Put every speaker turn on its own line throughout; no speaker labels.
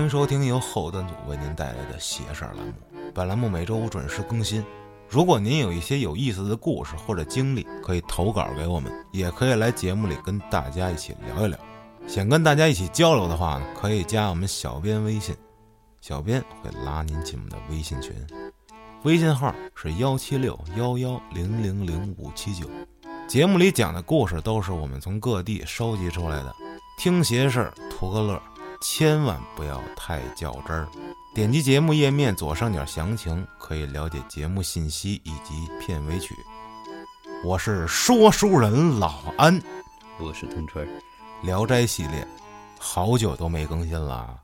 迎收听由后端组为您带来的“邪事儿”栏目。本栏目每周五准时更新。如果您有一些有意思的故事或者经历，可以投稿给我们，也可以来节目里跟大家一起聊一聊。想跟大家一起交流的话呢，可以加我们小编微信，小编会拉您进我们的微信群，微信号是幺七六幺幺零零零五七九。节目里讲的故事都是我们从各地收集出来的，听邪事儿图个乐儿，千万不要太较真儿。点击节目页面左上角详情，可以了解节目信息以及片尾曲。我是说书人老安，《
我是吞川。
聊斋》系列好久都没更新了啊。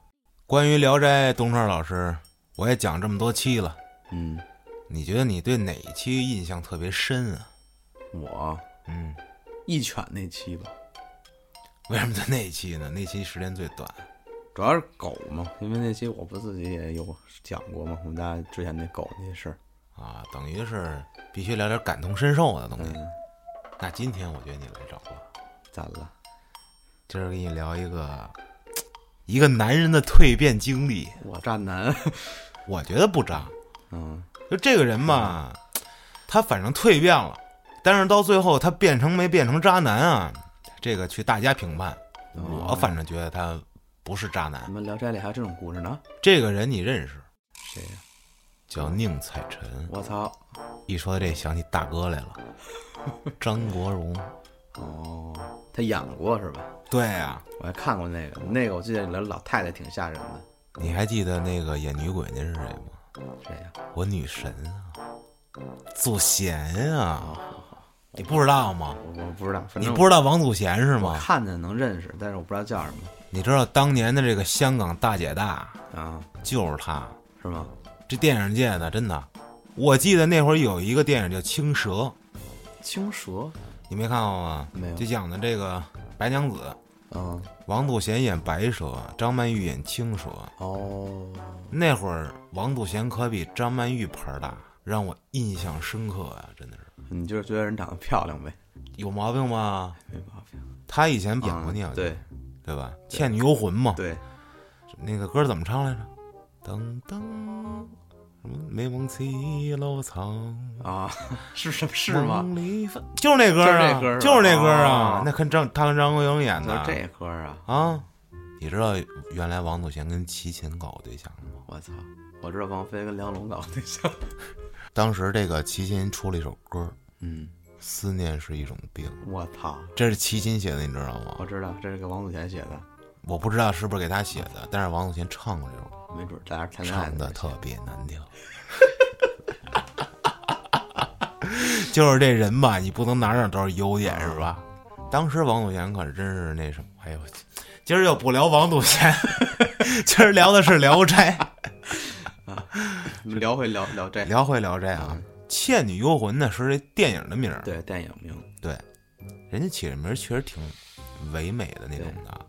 关于《聊斋》，东川老师，我也讲这么多期了，
嗯，
你觉得你对哪一期印象特别深啊？
我
嗯，
一犬那期吧，
为什么在那一期呢？那期时间最短。
主要是狗嘛，因为那期我不自己也有讲过嘛，我们家之前那狗那些事儿。
啊，等于是必须聊点感同身受的东西。
嗯，
那今天我觉得你来找我，
咋了？
今儿给你聊一个一个男人的蜕变经历。
我站男，
我觉得不渣，
嗯，
就这个人吧，他反正蜕变了，但是到最后他变成没变成渣男啊，这个去大家评判。
哦
我反正觉得他不是渣
咱
男。
们《聊斋》里还有这种故事呢？
这个人你认识，
谁呀、
叫宁采臣。
我操！
一说到这，想起大哥来了，张国荣。
哦，他演过是吧？
对呀、
我还看过那个，那个我记得里边老太太挺吓人的。
你还记得那个演女鬼那是谁吗？
谁呀、
我女神啊，祖贤啊，
哦，
你不知道吗？
我我不知道，啊反
你
正
不知道王祖贤是
我
吗？
看见能认识，但是我不知道叫什么
你知道当年的这个香港大姐大
啊？
就是她，
是吗？
这电影界的真的。我记得那会儿有一个电影叫《青蛇》，
青蛇
你没看过吗？
没有
就讲的这个白娘子，
嗯，
王祖贤演白蛇，张曼玉演青蛇。
哦，
那会儿王祖贤可比张曼玉牌儿大，让我印象深刻呀、真的是
你就是觉得人长得漂亮呗，
有毛病吗？
没毛病。
她以前演
养
过那样、
啊对
对吧？《倩女幽魂》嘛，
对，
那个歌怎么唱来着？噔噔，什么梅梦起楼层，
啊，是是是吗？
梦里翻？就是那歌啊，
就是那歌是吧
就是那歌啊
哦，
那跟张他跟张国荣演
就
的
是这歌啊，
啊。你知道原来王祖贤跟齐秦搞对象吗？
我操！我知道王菲跟梁龙搞对 象。
当时这个齐秦出了一首歌，
嗯，
《思念是一种病》，
我操！
这是齐秦写的，你知道吗
我？知道这是给王祖贤写的，
我不知道是不是给他写的，但是王祖贤唱过这首歌。
没准大家谈恋爱
唱的
时
特
候
别难听。 就是这人吧，你不能哪哪都是优点
嗯
是吧？当时王祖贤可真是那什么，哎呦，今儿又不聊王祖贤， 今儿聊的是《聊 斋
我们聊回聊聊这》，。
聊回《聊斋》啊，《倩女幽魂》呢是这电影的名儿，
嗯对，电影名
人家起这名儿确实挺唯美的那种的啊，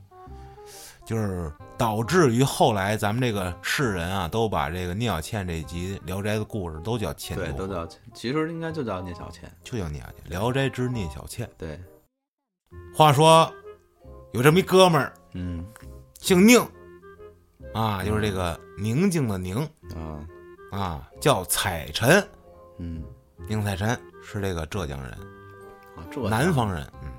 就是导致于后来咱们这个世人啊，都把这个聂小倩这集《聊斋》的故事都叫倩女幽
对
魂，
都叫，其实应该就叫聂小倩。
就叫聂小倩，《聊斋之聂小倩》。
对，
话说，有这么一哥们儿，
嗯
姓宁，啊，就是这个宁静的宁，
啊
啊，叫采臣，
嗯
宁采臣是这个浙江人，
啊，这
南方人，嗯。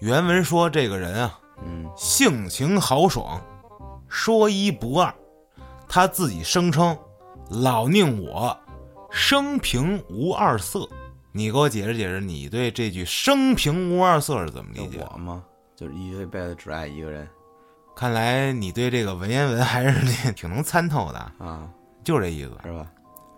原文说这个人啊，
嗯
性情豪爽，说一不二，他自己声称“老宁我生平无二色”。你给我解释解释，你对这句“生平无二色”是怎么理解
就
的？
我吗？就是一辈子只爱一个人
看来你对这个文言文还是那挺能参透的啊，
啊，
就这意思。
是吧？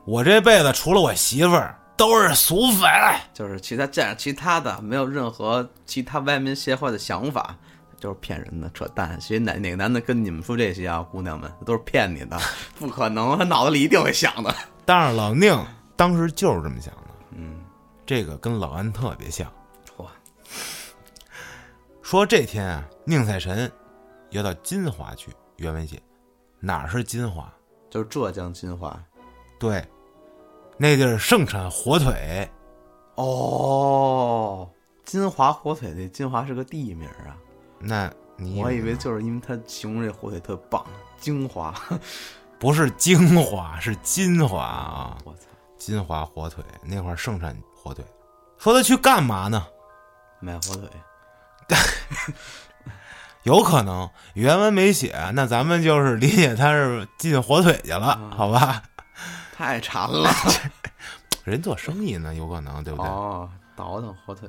我这辈子除了我媳妇儿都是俗匪，
就是其他加上其他的，没有任何其他歪门邪坏的想法，就是骗人的，扯淡。谁哪哪个男的跟你们说这些啊，姑娘们都是骗你的，不可能，他脑子里一定会想的。
但是老宁当时就是这么想的。
嗯，
这个跟老安特别像。
哇，
说这天啊，宁采臣要到金华去，原文写哪儿是金华？
就是浙江金华
对，那地儿盛产火腿。
哦，金华火腿那金华是个地名啊，啊
那你
我以为就是因为他形容这火腿特棒，精华，
不是精华，是金华啊！
我操，
金华火腿那块儿盛产火腿，说他去干嘛呢？
买火腿，
有可能原文没写，那咱们就是理解他是进火腿去了，
嗯
好吧？
太馋了。
人做生意呢，有可能对不对？
哦，倒腾火腿，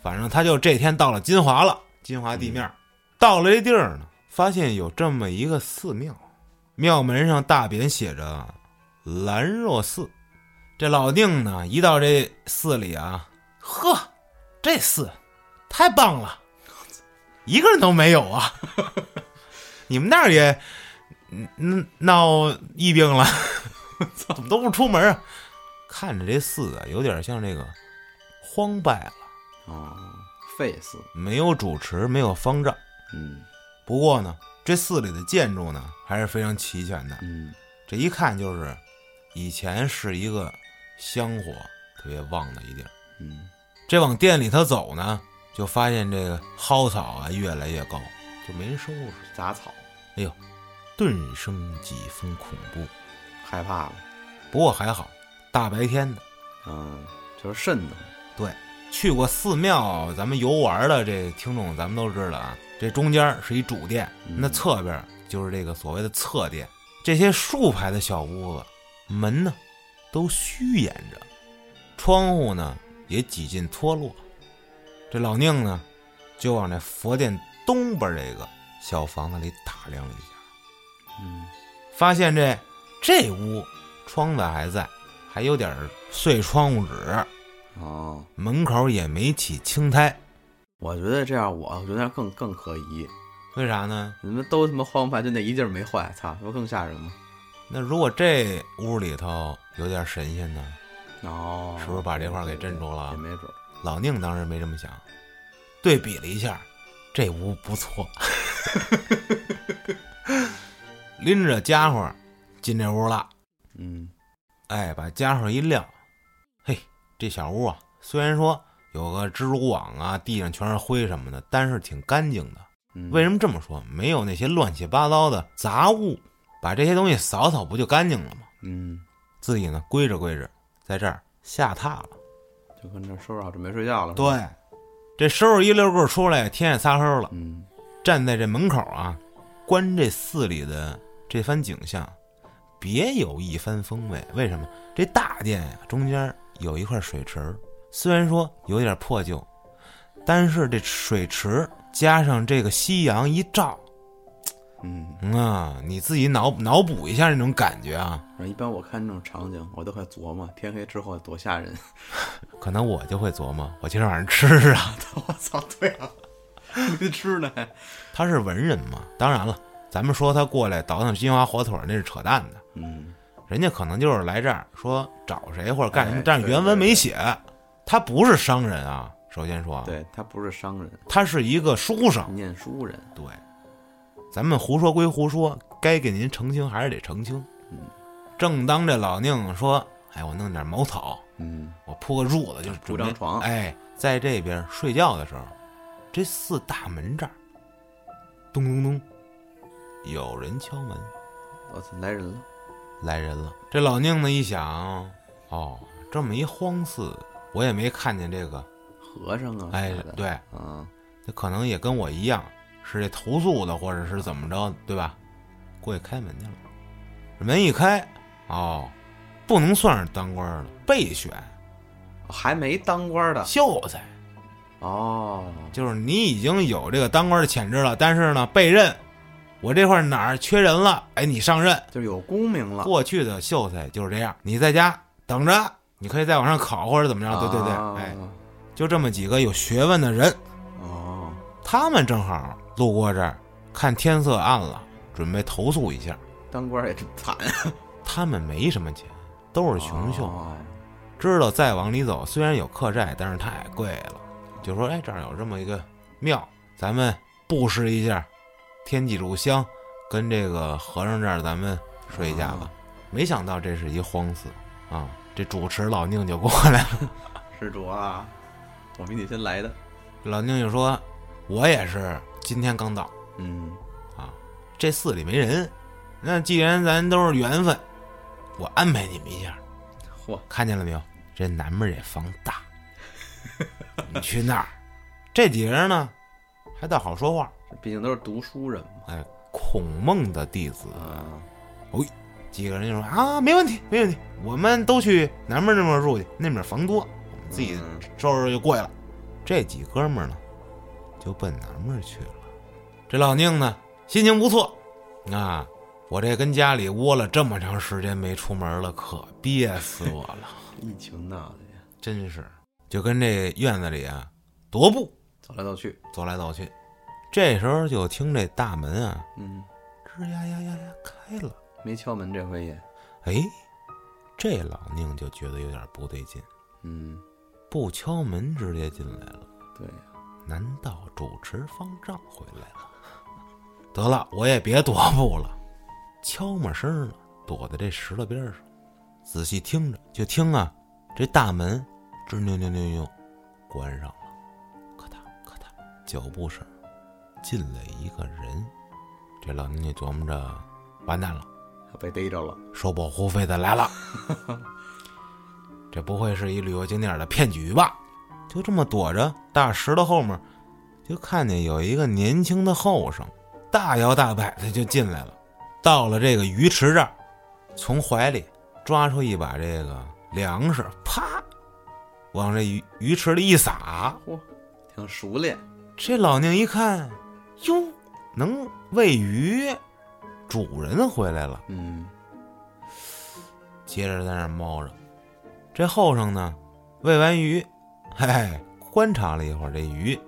反正他就这天到了金华了，金华地面儿，到了这地儿呢，发现有这么一个寺庙，庙门上大匾写着“兰若寺”。这老定呢，一到这寺里啊，呵，这寺太棒了，一个人都没有啊！ 你们那儿也嗯嗯闹疫病了，怎么都不出门啊？看着这寺啊，有点像这个荒败了。
哦，费死，
没有主持，没有方丈。
嗯
不过呢，这寺里的建筑呢还是非常齐全的，
嗯，
这一看就是以前是一个香火特别旺的一地儿。
嗯，
这往店里头走呢，就发现这个蒿草啊越来越高，就没人收拾，
杂草，
顿生几分恐怖。
害怕了，
不过还好，大白天的。
嗯，就是瘆得慌，
去过寺庙，咱们游玩的这听众咱们都知道啊，这中间是一主殿，
嗯
那侧边就是这个所谓的侧殿。这些竖排的小屋子，门呢都虚掩着，窗户呢也几近脱落。这老宁呢，就往这佛殿东边这个小房子里打量了一下，
嗯，
发现这这屋窗子还在，还有点儿碎窗户纸，
哦，
门口也没起青苔。
我觉得这样我有点更更可疑，
为啥呢？
你们都他妈荒废，就那一地儿没坏，操，不更吓人吗？
那如果这屋里头有点神仙呢，
哦，
是不是把这块儿给镇住
也
了？
没准儿，
老宁当时没这么想，对比了一下，这屋不错。 拎着家伙进这屋了，
嗯
哎，把家伙一撂，嘿，这小屋啊，虽然说有个蜘蛛网啊，地上全是灰什么的，但是挺干净的。
嗯，
为什么这么说？没有那些乱七八糟的杂物，把这些东西扫扫不就干净了吗？
嗯，
自己呢归着归着，在这儿下榻了。
就跟这儿收拾好，准备睡觉了，是吧，
对，这收拾一溜够出来，天也擦黑了，
嗯，
站在这门口啊，观这寺里的这番景象，别有一番风味。为什么？这大殿呀、中间有一块水池，虽然说有点破旧，但是这水池加上这个夕阳一照，
嗯，
嗯啊，你自己脑脑补一下那种感觉啊，
反正一般我看这种场景，我都会琢磨天黑之后多吓人。
可能我就会琢磨，我今天晚上吃啊。
我操，对啊，没吃呢，
他是文人嘛，当然了，咱们说他过来倒腾金华火腿儿那是扯淡的，
嗯，
人家可能就是来这儿说找谁或者干什么
哎，
但是
对
原文
对对
没写，他不是商人啊。首先说，，
对他不是商人，
他是一个书生。
念书人，
对，咱们胡说归胡说，该给您澄清还是得澄清。
嗯，
正当这老宁说：“哎，我弄点茅草，
嗯，
我铺个褥子，就是
铺
准备
张床
哎，在这边睡觉的时候，这四大门这儿，咚咚咚，有人敲门，
我操，来人了，
来人了。这老宁呢一想，哦，这么一荒寺，我也没看见这个，
和尚啊，
哎
啥的，，
对，
嗯，
这可能也跟我一样，是这投诉的，或者是怎么着，对吧？过去开门去了，门一开，哦，不能算是当官的，备选
还没当官的，
秀才，
哦，
就是你已经有这个当官的潜质了，但是呢，被任，我这块儿哪儿缺人了，哎，你上任。
就是有功名了，
过去的秀才就是这样，你在家等着，你可以再往上考或者怎么着，对对对，
啊
哎，，就这么几个有学问的人，
哦，
他们正好路过这儿，看天色暗了，准备投宿一下。
当官也真惨，
他们没什么钱，都是穷秀，
哦
知道再往里走虽然有客栈，但是太贵了，就说哎这儿有这么一个庙，咱们布施一下，添几炷香，跟这个和尚这儿咱们睡一下吧。
哦
没想到这是一荒寺啊，这主持老宁就过来了，
施主啊，我比你先来的，
老宁就说：“我也是今天刚到
嗯，
啊，这寺里没人，那既然咱都是缘分，我安排你们一下。
嚯，
看见了没有？这南门也房大， 你去那儿，这几个人呢，还倒好说话。
这毕竟都是读书人嘛。
哎，孔孟的弟子，
啊，
几个人就说啊，没问题，没问题，我们都去南门那边住去，那边房多，我们自己
嗯
收拾就过去了。这几哥们儿呢，就奔南门去了。这老宁呢，心情不错啊，我这跟家里窝了这么长时间没出门了，可憋死我了，
疫情闹的呀，
真是就跟这院子里啊踱步
走来走去，
走来走去。这时候就听这大门啊
嗯，
吱呀呀呀呀开了，
没敲门这回也，
哎，这老宁就觉得有点不对劲。
嗯，
不敲门直接进来了，
对呀，
难道主持方丈回来了？ 得了，我也别踱步了，悄么声儿了，躲在这石头边上，仔细听着，就听啊，这大门吱扭扭扭扭关上了，咔嗒咔嗒，脚步声，进来一个人，这老宁就琢磨着，完蛋了。
被逮着了，
收保护费的来了。这不会是一旅游景点的骗局吧？就这么躲着大石头后面，就看见有一个年轻的后生，大摇大摆的就进来了。到了这个鱼池这儿，从怀里抓出一把这个粮食，啪，往这鱼鱼池里一撒。
嚯，挺熟练，
这老宁一看，哟，能喂鱼，主人回来了。
嗯，
接着在那儿猫着。这后生呢，喂完鱼，嘿嘿，观察了一会儿这鱼，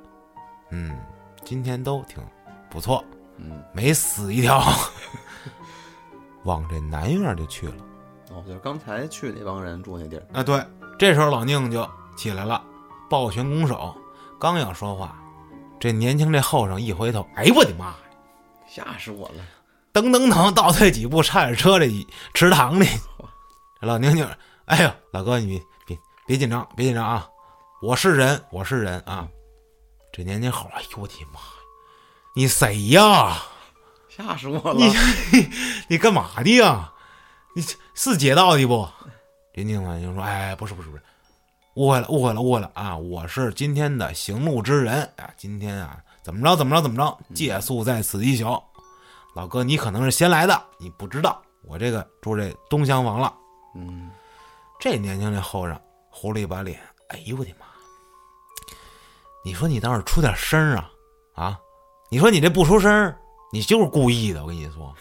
嗯，今天都挺不错，
嗯，
没死一条。 往这南院就去了。
哦，就是刚才去那帮人住那地儿，
啊，对，这时候老宁就起来了，抱拳拱手，刚要说话，这年轻这后生一回头，哎呦我的妈呀！
吓死我了，
噔噔噔倒退几步，差点车这一池塘里。这老宁宁，哎呦，老哥你别别紧张，别紧张啊！我是人，我是人啊！这年轻猴，哎呦我的妈呀！你谁呀？
吓死我了，
你干嘛的呀？你这是劫道的不？林静婉就说：“哎，不是，不是，不是，误会了，误会了，误会了啊！我是今天的行路之人啊，今天啊，怎么着，怎么着，怎么着，借宿在此一宿。老哥，你可能是先来的，你不知道，我这个住这东厢房了。
嗯，
这年轻这后生糊了一把脸，哎呦我的妈！你说你倒是出点声儿啊啊！你说你这不出声儿，你就是故意的。我跟你说，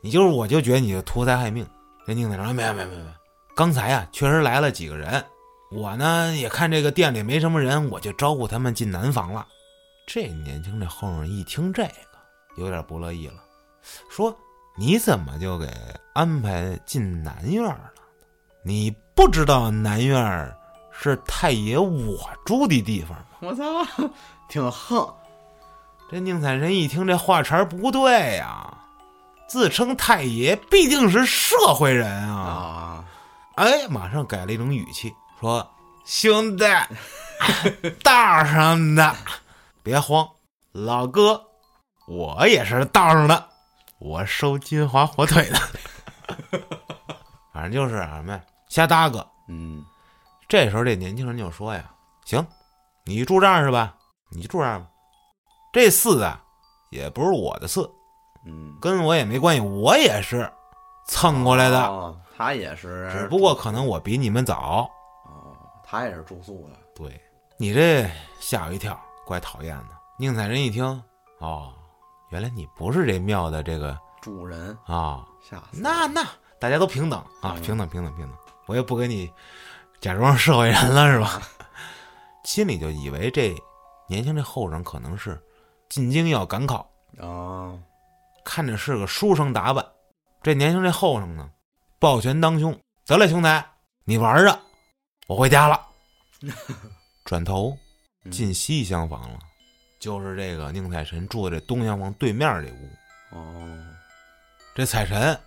你就是我就觉得你这图财害命。这宁奶说哎没有没有没有，没有刚才啊确实来了几个人，我呢也看这个店里没什么人，我就招呼他们进南房了。这年轻这后生一听这个，有点不乐意了，说你怎么就给安排进南院了？你不知道南院儿是太爷我住的地方吗？
我操，挺横，
这宁采臣一听这话茬儿不对呀、自称太爷必定是社会人啊！
啊，
哎，马上改了一种语气，说：“兄弟， 道上的，别慌，老哥，我也是道上的，我收金华火腿的。”反正就是什么呀，瞎搭个。
嗯，
这时候这年轻人就说呀：“行，你住这儿是吧？你住这儿吧。这寺啊，也不是我的寺，
嗯，
跟我也没关系，我也是蹭过来的，
哦，他也是，
只不过可能我比你们早。
哦，他也是住宿的，
对你这吓我一跳，怪讨厌的。”宁采臣一听，哦，原来你不是这庙的这个
主人
啊、哦
吓死我了，
那那大家都平等啊，
嗯
平等平等平等，我也不跟你假装社会人了是吧？ 心里就以为这年轻这后生可能是进京要赶考，
哦，
看着是个书生打扮，这年轻这后生呢，抱拳当胸，得嘞兄弟，你玩着，我回家 了。转头
嗯
进西厢房了，就是这个宁采臣住的这东厢房对面这屋。
哦，
这彩臣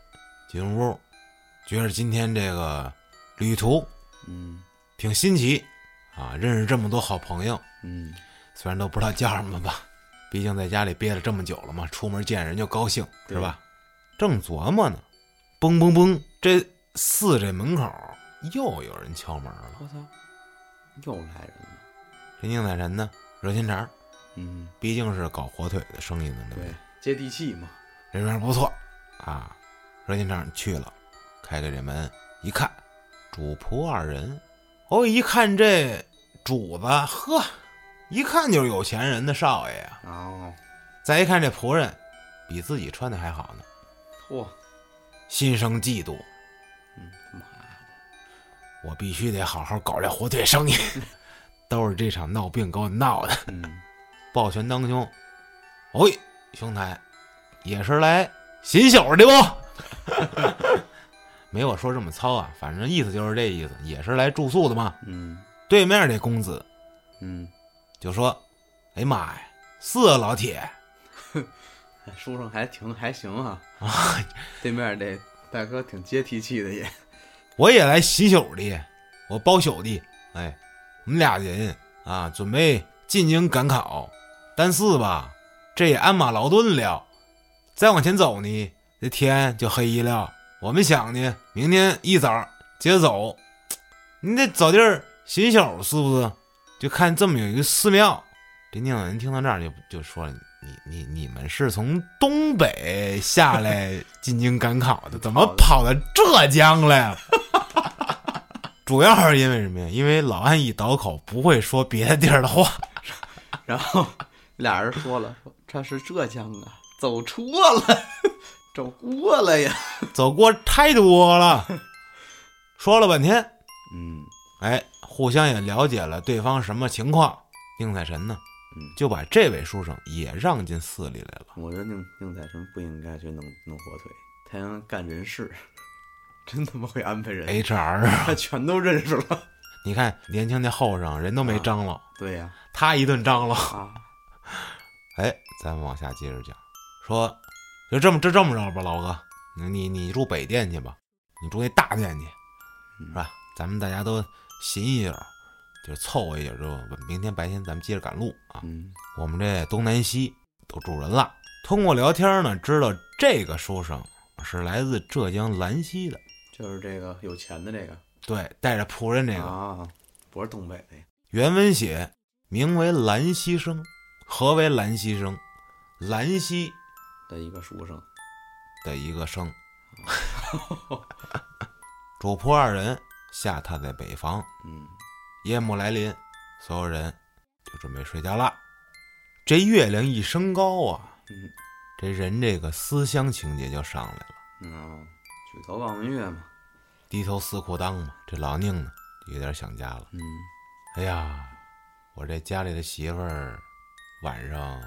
进屋，觉得今天这个旅途
嗯
挺新奇啊，认识这么多好朋友，
嗯，
虽然都不知道叫什么吧，毕竟在家里憋了这么久了嘛，出门见人就高兴
对
是吧？正琢磨呢，嘣嘣嘣，这寺这门口又有人敲门了。
我操，又来人了。
这宁采臣呢，热心肠，
嗯，
毕竟是搞火腿的生意的，对不
对
对？，
接地气嘛。
这边不错啊，热心肠去了，开开这门一看，主仆二人，哦，一看这主子，呵，一看就是有钱人的少爷呀。
哦，
再一看这仆人，比自己穿的还好呢，
嚯，嗯
心生嫉妒，
妈的，
我必须得好好搞这火腿生意。 都是这场闹病给我闹的，
嗯，
抱拳当胸。喂、兄台，也是来寻宿的不？ 没我说这么糙啊，反正意思就是这意思，也是来住宿的嘛。
嗯，
对面这公子
嗯，
就说：“哎妈呀，是啊，老铁，
哎书上还挺还行 啊。对面这大哥挺接地气的也。
我也来洗宿的，我包宿的。哎，我们俩人啊，准备进京赶考，但是吧，这也鞍马劳顿了，再往前走呢，这天就黑了。我们想呢，明天一早接着走，你得找地儿洗宿，是不是？就看这么有一个寺庙。这宁远人听到这儿就就说了：“你你你们是从东北下来进京赶考的，怎么跑到浙江来 了？”主要是因为什么呀？因为老安一倒口不会说别的地儿的话。
然 后俩人说了，说这是浙江啊，走错了， 走过了呀。
走过太多了， 说了半天，
嗯
哎，互相也了解了对方什么情况。宁采臣呢，
嗯，
就把这位书生也让进寺里来了。
我觉得宁宁采臣不应该去弄弄火腿，他应该干人事， 真他妈会安排人，
哎 HR，
他全都认识了。
你看年轻那后生人都没张罗，
对 呀、
他一顿张罗。
啊，
哎，咱们往下接着讲，说就这么就这么着吧，老哥，你你你住北店去吧，你住那大店去，是吧？咱们大家都寻一宿，就凑合一宿，就明天白天咱们接着赶路啊。
嗯
我们这东南西都住人了。通过聊天呢，知道这个书生是来自浙江兰溪的，
就是这个有钱的这个，
对，带着仆人这个。
啊，不是东北的呀，
原文写名为兰溪生，何为兰溪生？兰溪
的一个书生，
的一个生。主仆二人下榻在北房，
嗯
夜幕来临，所有人就准备睡觉了。这月亮一升高啊，
嗯
这人这个思乡情节就上来了。
嗯啊，举头望明月嘛，
低头撕裤裆嘛。这老宁呢，有点想家了。
嗯
哎呀，我这家里的媳妇儿晚上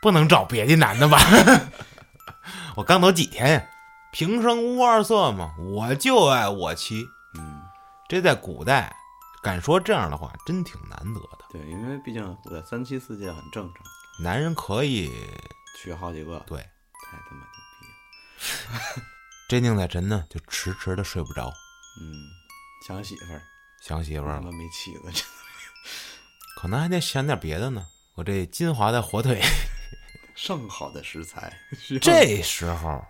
不能找别的男的吧？ 我刚走几天呀，平生无二色嘛，我就爱我妻。
嗯，
这在古代敢说这样的话，真挺难得的。
对，因为毕竟古代三妻四妾很正常，
男人可以
娶好几个，
对
太他妈牛逼了，
这宁采臣呢，就迟迟的睡不着，
嗯，想媳妇儿，
想媳妇儿
他
了，
妈没妻子，这
可能还得想点别的呢。我这金华的火腿。
上好的食 材，需要
这时候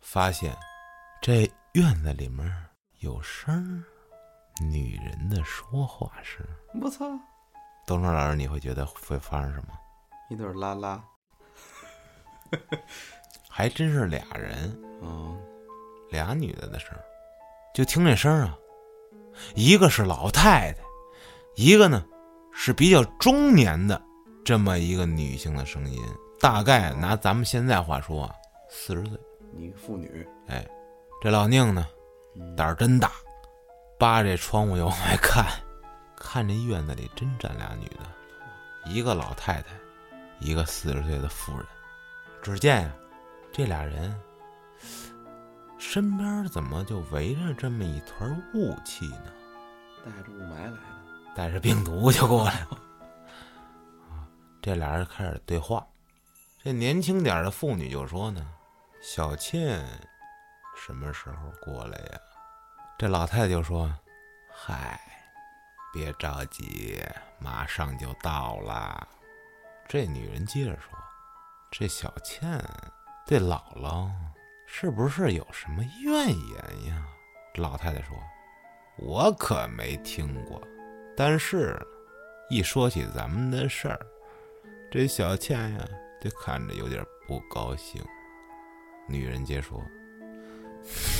发现这院子里面有声儿，女人的说话声。
我操，
东升老师，你会觉得会发生什么？
一对儿拉拉，
还真是俩人，
嗯
俩女的的声儿，就听这声儿啊，一个是老太太，一个呢是比较中年的这么一个女性的声音，大概拿咱们现在话说啊，四十岁。
你个妇女，
哎，这老宁呢，
嗯
胆儿真大，扒这窗户就往外看，看这院子里真站俩女的，一个老太太，一个四十岁的妇人。只见呀、这俩人身边怎么就围着这么一团雾气呢？
带着雾霾来的，
带着病毒 就过来了。啊，这俩人开始对话。这年轻点儿的妇女就说呢：“小倩什么时候过来呀？”这老太太就说：“嗨，别着急，马上就到啦。”这女人接着说：“这小倩对姥姥是不是有什么怨言呀？”老太太说：“我可没听过，但是一说起咱们的事儿，这小倩呀，就看着有点不高兴。”女人街说：“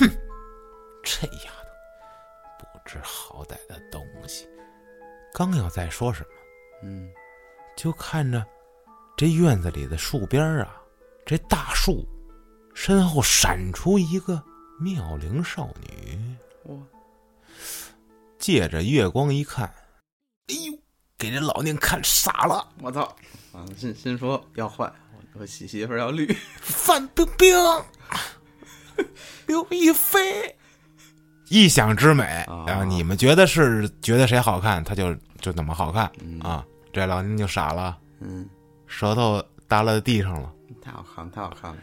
哼， 这丫头不知好歹的东西。”刚要再说什么，
嗯，
就看着这院子里的树边儿啊，这大树身后闪出一个妙龄少女。
哇，
借着月光一看，哎呦，给这老宁看傻了，
我操！啊，心心说要换，我我媳媳妇儿要绿，
范冰冰，刘亦菲。一想之美
啊
啊！你们觉得是觉得谁好看，她就就怎么好看啊！这老宁就傻了，
嗯，
舌头耷拉在地上了。
太好看了，太好看了，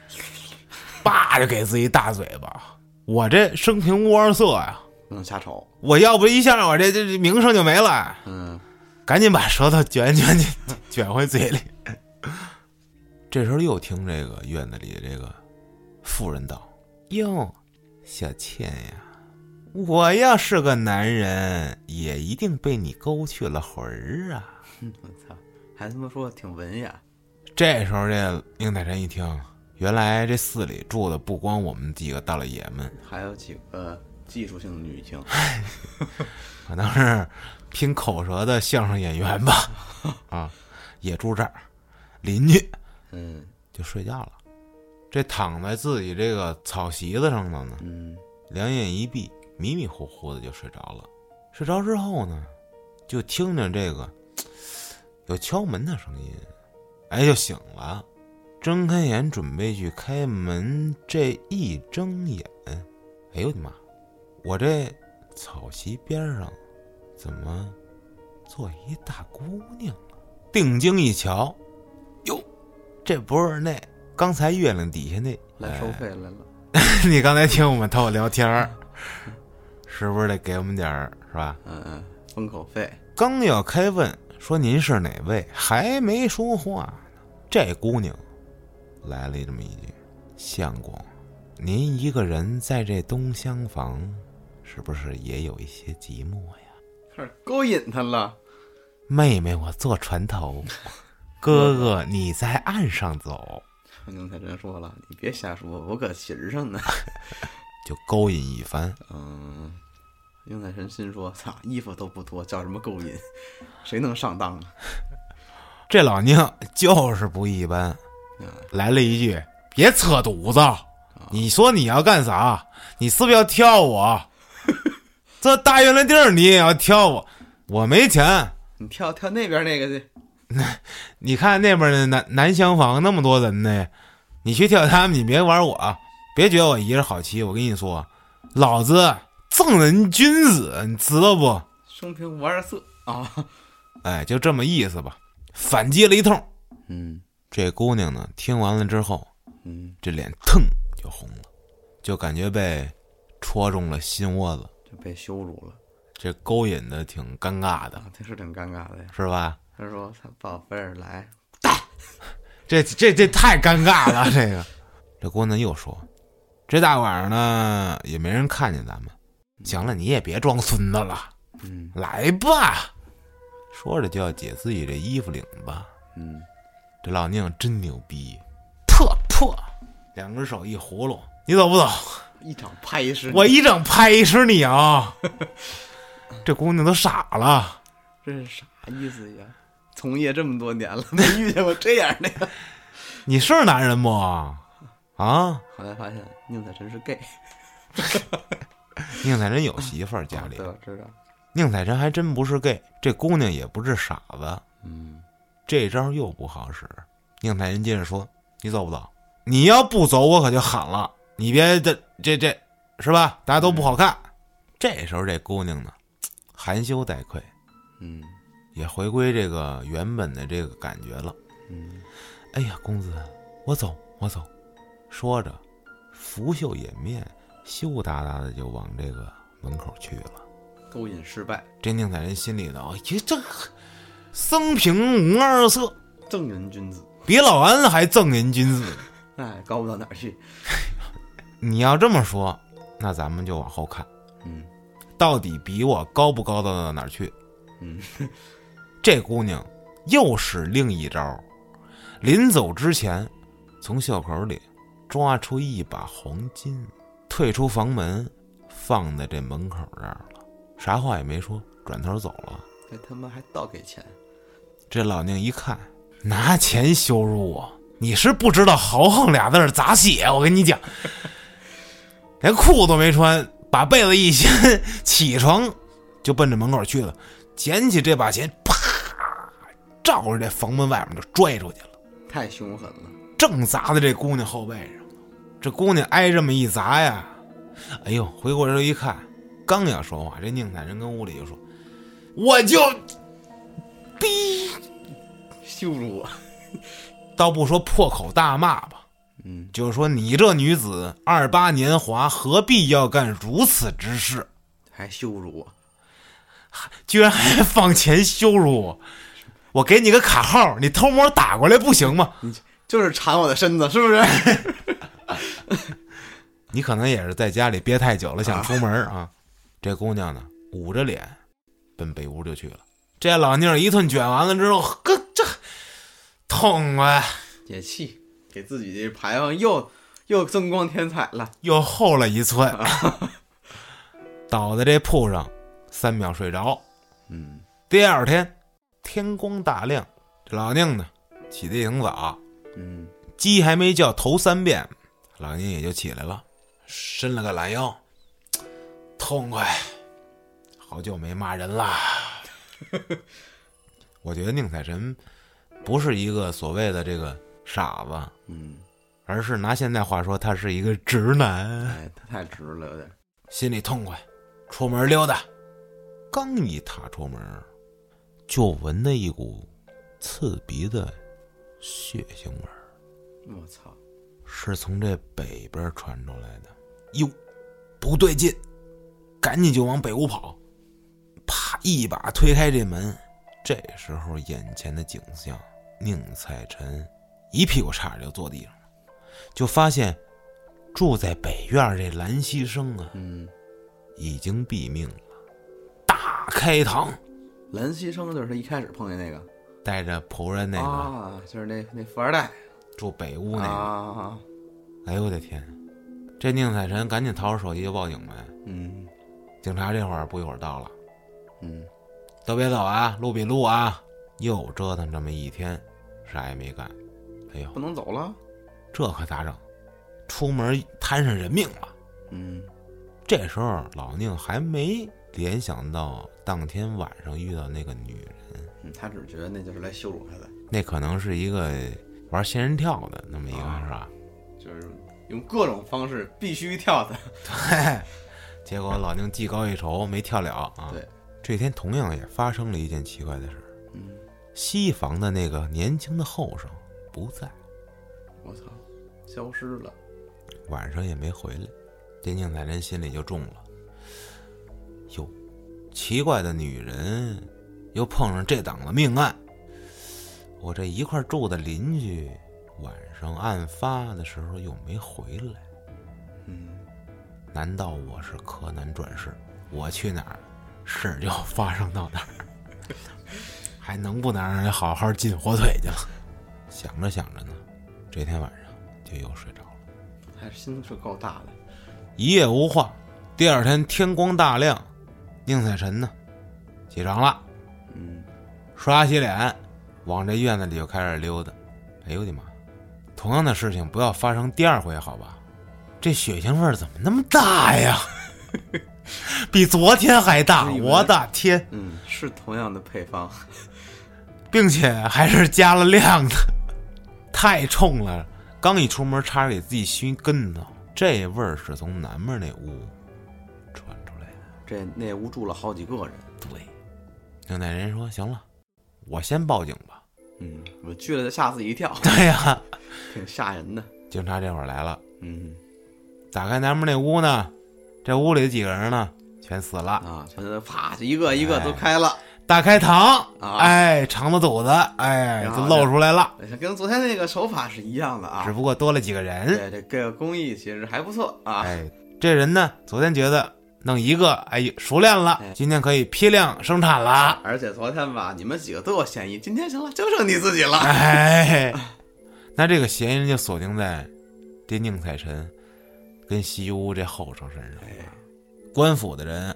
叭就给自己一大嘴巴。我这生平无二色呀、
不能瞎瞅。
我要不一下，我这这这名声就没了。
嗯，
赶紧把舌头卷卷卷 卷回嘴里。这时候又听这个院子里这个妇人道：“哟，小倩呀，我要是个男人，也一定被你勾去了魂儿啊。”
我操，还他妈说挺文雅。
这时候，这宁采臣一听，原来这寺里住的不光我们几个大老爷们，
还有几个技术性的女性，
可能是拼口舌的相声演员吧，啊，也住这儿，邻居
嗯
就睡觉了。这躺在自己这个草席子上的呢，
嗯，
两眼一闭，迷迷糊糊的就睡着了。睡着之后呢，就听着这个有敲门的声音，哎，就醒了。睁开眼准备去开门，这一睁眼，哎呦我的妈！我这草席边上怎么坐一大姑娘啊？定睛一瞧，哟，这不是那刚才月亮底下那
来收费来了，
你刚才听我们偷聊天儿，是不是得给我们点儿是吧？
嗯嗯，封口费，
刚要开问说您是哪位，还没说话呢，这姑娘来了这么一句：“相公，您一个人在这东厢房，是不是也有一些寂寞呀？”
开始勾引她了。
妹妹，我坐船头，哥哥你在岸上走，
宁采臣说了，你别瞎说，我搁琴上呢。
就勾引一番。
嗯，宁采臣心说，操，衣服都不脱，叫什么勾引？谁能上当啊？
这老宁就是不一般，
啊，
来了一句：“别扯犊子，你说你要干啥？你是不是要挑我？ 这大月亮地儿你也要挑我？我没钱。
你跳跳那边那个去。
你看那边的南南厢房那么多人呢，你去挑他们，你别玩我，别觉得我一人好欺负。我跟你说，老子正人君子，你知道不？
生平无二色啊。
哎，就这么意思吧。反击了一通，
嗯
这姑娘呢，听完了之后，
嗯，
这脸腾就红了，就感觉被戳中了心窝子。
就被羞辱了
这勾引的挺尴尬的，
啊，这是挺尴尬的呀。
是吧？
他说：“操，宝贝儿，来，
这这这太尴尬了，这个。这姑娘又说，这大晚上呢也没人看见咱们，行了，你也别装孙子了，
嗯
来吧。说着就要解自己这衣服领子，
嗯，
这老宁真牛逼，特破，两只手一葫芦，你走不走？
一掌拍 死你
我一整拍死你啊！ 这姑娘都傻了。
这是啥意思呀？从业这么多年了，没遇见过这样的。呀。
你是男人不？啊，
后来发现宁采臣是 gay，
宁采臣有媳妇儿，家里
啊对，我知道。
宁采臣还真不是 gay，这姑娘也不是傻子，
嗯，
这招又不好使。宁采臣接着说：“你走不走？你要不走，我可就喊了。你别这这这，是吧？大家都不好看。这时候这姑娘呢，含羞带愧，
嗯
也回归这个原本的这个感觉了。
嗯，
哎呀，公子，我走，我走。说着，拂袖掩面，羞答答的就往这个门口去了。
勾引失败，
这宁采臣心里头，哎呀，这生平无二色，
正人君子，
比老安还正人君子。
哎那也高不到哪儿去。
你要这么说，那咱们就往后看，
嗯
到底比我高不高到哪儿去？
嗯，
这姑娘又使另一招，临走之前，从袖口里抓出一把黄金，退出房门，放在这门口这儿了，啥话也没说，转头走了。
这他妈还倒给钱，
这老宁一看，拿钱羞辱我，你是不知道“豪横”俩字儿咋写，我跟你讲，连裤子都没穿，把被子一掀，起床就奔着门口去了，捡起这把钱，啪，照着这房门外面就拽出去了，
太凶狠了。
正砸在这姑娘后背上。这姑娘挨这么一砸呀，哎呦，回过头一看，刚要说话，这宁采臣跟屋里就说：“我就
羞辱我，
倒不说破口大骂吧，
嗯，
就是说你这女子二八年华，何必要干如此之事？
还羞辱我，
居然还放钱羞辱我！我给你个卡号，你偷摸打过来不行吗？
就是缠我的身子，是不是？
你可能也是在家里憋太久了，想出门啊。这姑娘呢，捂着脸，奔北屋就去了。这老宁儿一顿卷完了之后，呵，这痛啊，
解气，给自己这牌坊又又增光添彩了。
又厚了一寸， 倒在这铺上，三秒睡着。
嗯，
第二天天光大亮，这老宁呢起得也挺早，
嗯，
鸡还没叫头三遍，老宁也就起来了，伸了个懒腰，痛快，好久没骂人了。 我觉得宁采臣不是一个所谓的这个傻子，
嗯，
而是拿现在话说，他是一个直男。
哎，他太直了，有点。
心里痛快，出门溜达。刚一踏出门，就闻到一股刺鼻的血腥味儿，
我操，
是从这北边传出来的。哟，不对劲，赶紧就往北屋跑。啪，一把推开这门。这时候，眼前的景象，宁采臣一屁股差点就坐地上了，就发现住在北院儿这兰溪生啊，
嗯，
已经毙命了。大开膛，
兰溪生就是他一开始碰见那个，
带着仆人那个、
啊，就是那那富二代
住北屋那个，
啊，
哎呦我的天！这宁采臣赶紧掏出手机就报警呗。
嗯
警察这会儿不一会儿到了，
嗯，
都别走啊，录笔录啊！又折腾这么一天，啥也没干。哎
不
呦，
能走了，
这可咋整？出门摊上人命了。
嗯
这时候老宁还没联想到当天晚上遇到那个女人，
嗯，他只觉得那就是来羞辱他的，
那可能是一个玩仙人跳的那么一个
啊
是吧？
就是用各种方式必须跳他。
结果老宁技高一筹，没跳了啊。
对，
这天同样也发生了一件奇怪的事儿，
嗯，
西房的那个年轻的后生不在，
我操，消失了，
晚上也没回来。这宁采臣心里就中了，哟，奇怪的女人又碰上这档子命案，我这一块儿住的邻居晚上案发的时候又没回来。
嗯，
难道我是柯南转世？我去哪儿，事儿就发生到哪儿，还能不能让人好好进火腿去了？想着想着呢，这天晚上就又睡着了，
还是心是够大的。
一夜无话。第二天天光大亮，宁采臣呢，起床了，
嗯，
刷牙洗脸，往这院子里就开始溜达。哎呦我的妈！同样的事情不要发生第二回，好吧？这血腥味儿怎么那么大 呀？比昨天还大！
是因为
我的天！
嗯，是同样的配方。
并且还是加了量的，太冲了！刚一出门，差点给自己熏跟头。这味儿是从南面那屋传出来的。
这那屋住了好几个人。
对，那那人说：“行了，我先报警吧。
嗯，我去了就吓自己一 跳”，
对呀、
挺吓人的。
警察这会儿来了。
嗯
打开南门那屋呢，这屋里几个人呢，全死了。
嗯啊，全都啪一个一个都开了。
大开膛，
啊
哎，肠子肚子，哎，
然
就
后
露出来了，
哎跟昨天那个手法是一样的啊
只。不过多了几个人。
对，这个工艺其实还不错啊。
哎，这人呢，昨天觉得弄一个，哎，熟练了
哎，
今天可以批量生产了。
而且昨天吧，你们几个都有嫌疑，今天行了，就剩你自己了。
哎，那这个嫌疑人就锁定在这宁采臣跟西屋这后生身上了。
哎
官府的人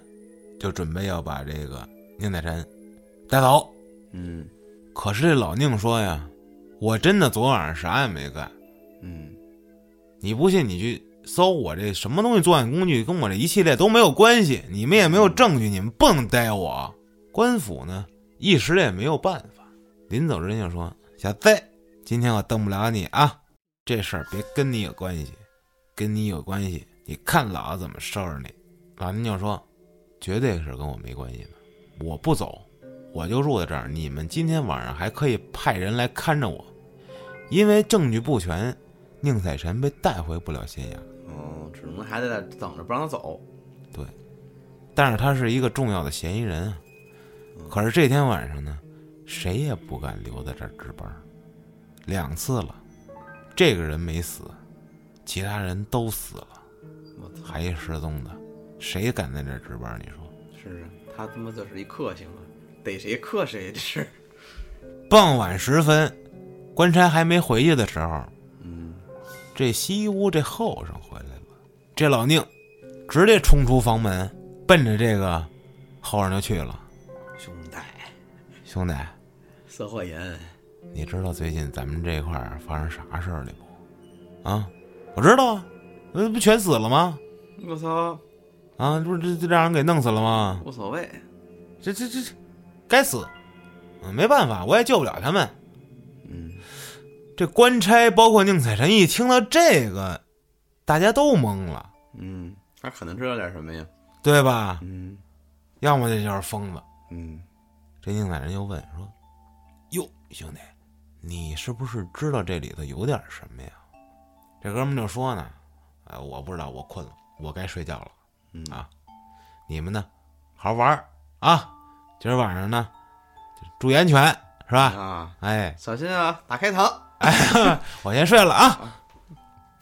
就准备要把这个宁采臣带走。
嗯
可是这老宁说呀：“我真的昨晚上啥也没干，
嗯，
你不信你去搜我这什么东西作案工具，跟我这一系列都没有关系，你们也没有证据，你们不能逮我。”官府呢一时也没有办法，临走之前就说：“小子，今天我瞪不了你啊，这事儿别跟你有关系，跟你有关系，你看老子怎么收拾你。”老宁就说：“绝对是跟我没关系的，我不走，我就住在这儿。你们今天晚上还可以派人来看着我，因为证据不全，宁采臣被带回不了咸阳，
哦，只能还在那等着不让他走。
但是他是一个重要的嫌疑人啊。可是这天晚上呢，谁也不敢留在这儿值班儿，两次了，这个人没死，其他人都死了，
我操，
还一失踪的，谁敢在这儿值班儿？你说？
是啊他他妈就是一克星啊，逮谁克谁，这是。
傍晚时分，官差还没回去的时候，
嗯，
这西屋这后生回来了，这老宁直接冲出房门，奔着这个后生就去了。
兄弟，
兄弟，
社会人，
你知道最近咱们这块儿发生啥事儿了不？啊，我知道啊，那不全死了吗？
我操，
啊，这不这这让人给弄死了吗？
无所谓。
这这这，该死，嗯，没办法，我也救不了他们。
嗯，
这官差包括宁采臣一听到这个，大家都懵了，
嗯，他可能知道点什么呀？
对吧？
嗯
要么这就是疯子。
嗯，
这宁采臣就问说：“哟，兄弟，你是不是知道这里头有点什么呀？”这哥们就说呢：“啊，我不知道，我困了，我该睡觉了。
嗯
啊，你们呢，好好玩儿啊！今儿晚上呢，就注意安全，是吧？
啊，
哎，
小心啊，打开膛。
我先睡了啊。”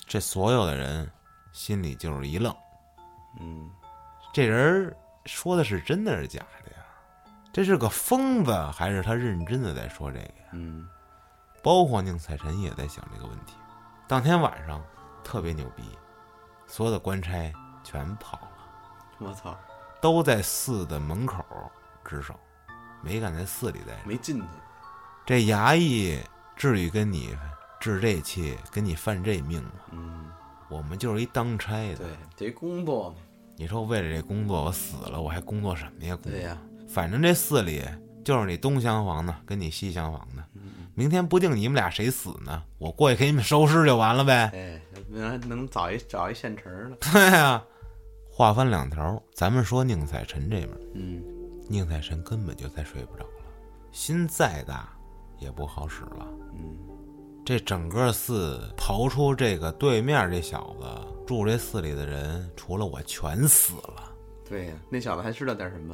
这所有的人心里就是一愣，
嗯，
这人儿说的是真的是假的呀？这是个疯子，还是他认真的在说这个？
嗯，
包括宁采臣也在想这个问题。当天晚上特别牛逼，所有的官差全跑了，
我操，
都在寺的门口值守，没敢在寺里待着。
没进去。
这衙役至于跟你治这气，跟你犯这命吗？
嗯，
我们就是一当差的
对。，这工作嘛，
你说为了这工作我死了，我还工作什么呀？工作
对呀、
反正这寺里就是你东厢房的跟你西厢房的，
嗯
明天不定你们俩谁死呢，我过去给你们收尸就完了呗。
哎，能能找一找一现成儿的。
对呀，话分两头，咱们说宁采臣这边，
嗯
宁采臣根本就再睡不着了，心再大也不好使了。
嗯
这整个寺刨出这个对面这小子住这寺里的人，除了我全死了。，
对呀、那小子还知道点什么？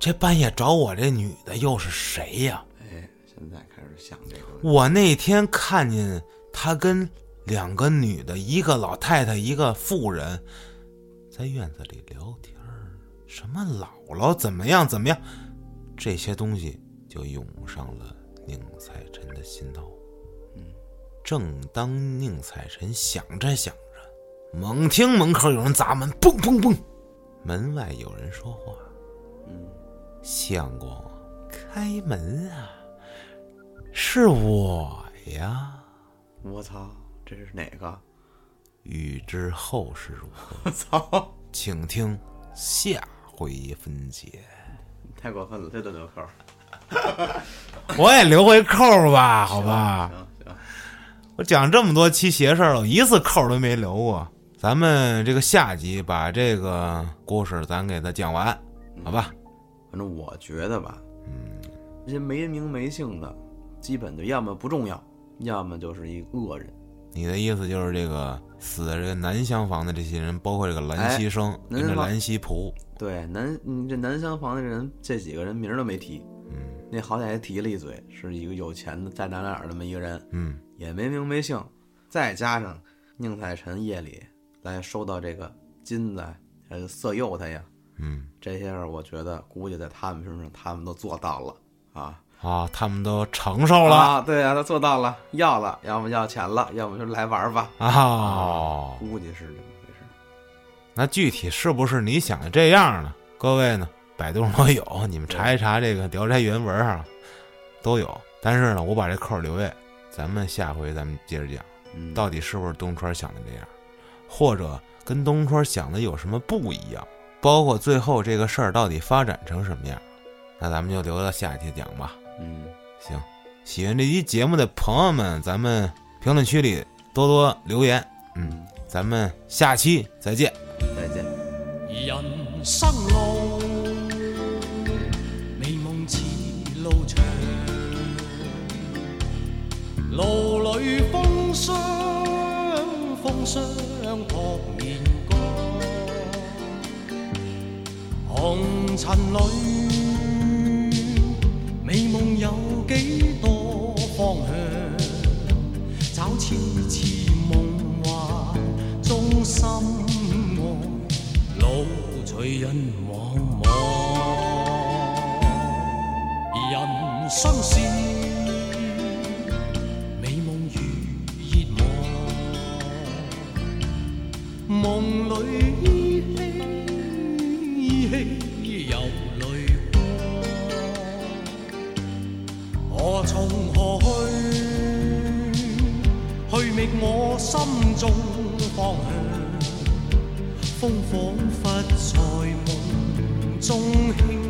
这半夜找我这女的又是谁呀？
哎，现在开始想这个问题。
我那天看见他跟两个女的，一个老太太，一个妇人，在院子里聊天儿什么姥姥怎么样怎么样，这些东西就涌上了宁采臣的心头。
嗯，
正当宁采臣想着想着，猛听门口有人砸门，砰砰砰，门外有人说话。
嗯，
相公，开门啊！是我呀。
我操，这是哪个？
欲知后事如何，
我操，
请听下回分解。
太过分了，这都留扣儿。
我也留回扣吧，好吧？
行行，
我讲这么多期邪事儿了，我一次扣都没留过。咱们这个下集把这个故事咱给它讲完，好吧？
反正我觉得吧，嗯，这些没名没姓的，基本就要么不重要，要么就是一恶人，
你的意思就是这个死的这个南厢房的这些人，包括这个兰溪生跟
南
这
厢房
兰溪仆，
对，南你这南厢房的人，这几个人名儿都没提，
嗯
那好歹还提了一嘴，是一个有钱的在哪哪儿那么一个人，
嗯，
也没名没姓。再加上宁采臣夜里来收到这个金子，呃，色诱他呀，
嗯
这些事儿，我觉得估计在他们身上，他们都做到了啊。
啊，他们都承受了
啊，对啊，他做到了，要了，要么要钱了，要么就来玩儿吧，
啊、哦
估计是这么回事。
那具体是不是你想的这样呢？各位呢，百度上都有，你们查一查这个《聊斋》原文啊，都有。但是呢，我把这扣儿留下，咱们下回咱们接着讲，
嗯，
到底是不是东川想的这样，或者跟东川想的有什么不一样？包括最后这个事儿到底发展成什么样？那咱们就留到下期讲吧。
嗯，
行，喜欢这期节目的朋友们，咱们评论区里多多留言。嗯，咱们下期再见。
再见。
人生路，美梦似路长，路里风霜，风霜扑面干，红尘里，美梦有几多方向？找次次夢幻，中心愛，路隨人茫茫。人生是美夢如熱望，夢裏依稀依稀有淚光。我從何去？去覓我心中方向。風彷彿在夢中輕